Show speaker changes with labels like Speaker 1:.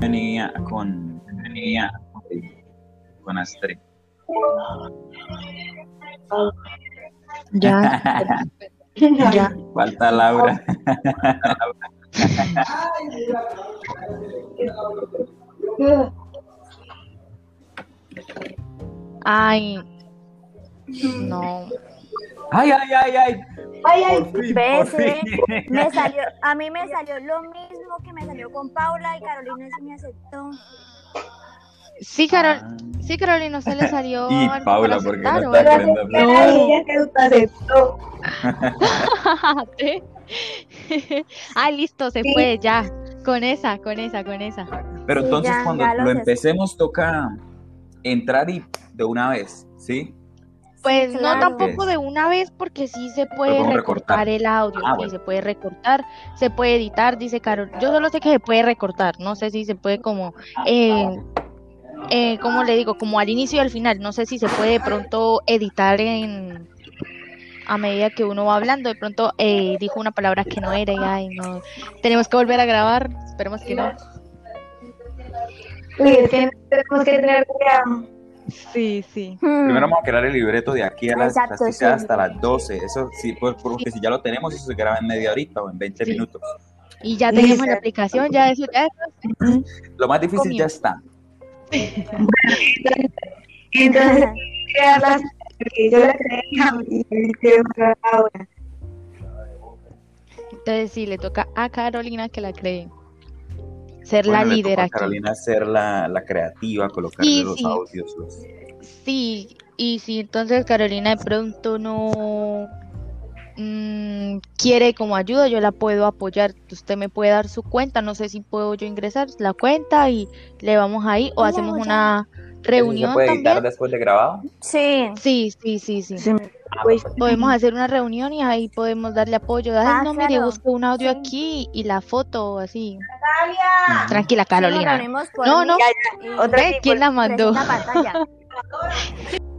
Speaker 1: venía con, venía con Astrid.
Speaker 2: Ya. ya.
Speaker 1: Falta Laura.
Speaker 2: Ay. No.
Speaker 1: Ay, ay, ay, ay.
Speaker 3: Ay, ay,
Speaker 1: Por fin,
Speaker 4: ¿Ves?
Speaker 1: por
Speaker 4: eh?
Speaker 1: fin.
Speaker 4: Me salió, a mí me salió lo mismo que me salió con Paula y Carolina sí me aceptó.
Speaker 2: Sí, Carol, sí, Carolina, se le salió.
Speaker 1: Ah. Y
Speaker 2: algo
Speaker 1: Paula,
Speaker 2: para
Speaker 1: porque no está
Speaker 2: aceptar, ¿o?
Speaker 3: Pero
Speaker 1: Aprenda a
Speaker 3: acepté a
Speaker 2: hablar.
Speaker 3: ella que lo aceptó.
Speaker 2: ah, listo, se
Speaker 3: Sí.
Speaker 2: fue ya. Con esa, con esa, con esa.
Speaker 1: Pero
Speaker 4: Sí,
Speaker 1: entonces
Speaker 4: ya,
Speaker 1: cuando
Speaker 4: ya los
Speaker 1: lo empecemos toca entrar y de una vez, ¿sí?
Speaker 2: Pues no
Speaker 4: claro.
Speaker 2: tampoco de una vez porque sí se puede
Speaker 1: podemos
Speaker 2: recortar.
Speaker 1: recortar.
Speaker 2: el audio,
Speaker 1: Ah,
Speaker 2: sí,
Speaker 1: bueno.
Speaker 2: se puede recortar, se puede editar, dice Carol. Yo solo sé que se puede recortar, no sé si se puede como, eh, eh, ¿cómo le digo? Como al inicio y al final, no sé si se puede de pronto editar en a medida que uno va hablando, de pronto eh, dijo una palabra que no era y ay no, tenemos que volver a grabar, esperemos que no.
Speaker 3: Uy, es que tenemos que tener cuidado.
Speaker 2: Sí, sí.
Speaker 4: Hmm.
Speaker 1: Primero vamos a crear el libreto de aquí a las,
Speaker 4: Exacto,
Speaker 1: las que
Speaker 4: sí.
Speaker 1: sea hasta las 12. Eso sí, por- porque si ya lo tenemos, eso se graba en media horita o en 20
Speaker 2: Sí.
Speaker 1: minutos.
Speaker 2: Y ya tenemos la
Speaker 3: Listo.
Speaker 2: aplicación, ya eso, ya
Speaker 1: Lo más difícil
Speaker 2: Comienza.
Speaker 1: ya está.
Speaker 3: Entonces, crearlas porque yo la creé y él creó otra ahora.
Speaker 2: Entonces sí, le toca a Carolina que la cree. Ser
Speaker 1: Bueno,
Speaker 2: la
Speaker 1: le
Speaker 2: líder
Speaker 1: tocó a
Speaker 2: aquí.
Speaker 1: Carolina ser la, la creativa, colocar
Speaker 2: Sí,
Speaker 1: los
Speaker 2: sí.
Speaker 1: audios. los-
Speaker 2: Sí, y si entonces Carolina de pronto no mm, quiere como ayuda, yo la puedo apoyar. Usted me puede dar su cuenta, no sé si puedo yo ingresar la cuenta y le vamos ahí o
Speaker 4: Hola,
Speaker 2: hacemos
Speaker 4: hola.
Speaker 2: una
Speaker 1: ¿Eso
Speaker 2: reunión
Speaker 1: ¿Se puede editar
Speaker 2: también.
Speaker 1: después de grabado?
Speaker 4: Sí.
Speaker 2: Sí, sí, sí, sí.
Speaker 3: Se me
Speaker 1: Ah, pues,
Speaker 3: fue.
Speaker 2: Podemos hacer una reunión y ahí podemos darle apoyo. Ay,
Speaker 4: Ah,
Speaker 2: no, mire,
Speaker 4: claro.
Speaker 2: busco un audio
Speaker 4: Sí. Ah,
Speaker 2: aquí y la foto, así.
Speaker 1: Ujú.
Speaker 2: Tranquila,
Speaker 4: Sí, nos
Speaker 2: Carolina.
Speaker 4: reunimos por
Speaker 2: No,
Speaker 4: Meet
Speaker 2: no.
Speaker 3: Ya, ya,
Speaker 4: y
Speaker 3: otra
Speaker 2: Ve,
Speaker 3: vez
Speaker 2: ¿Quién la mandó?
Speaker 4: presenta pantalla.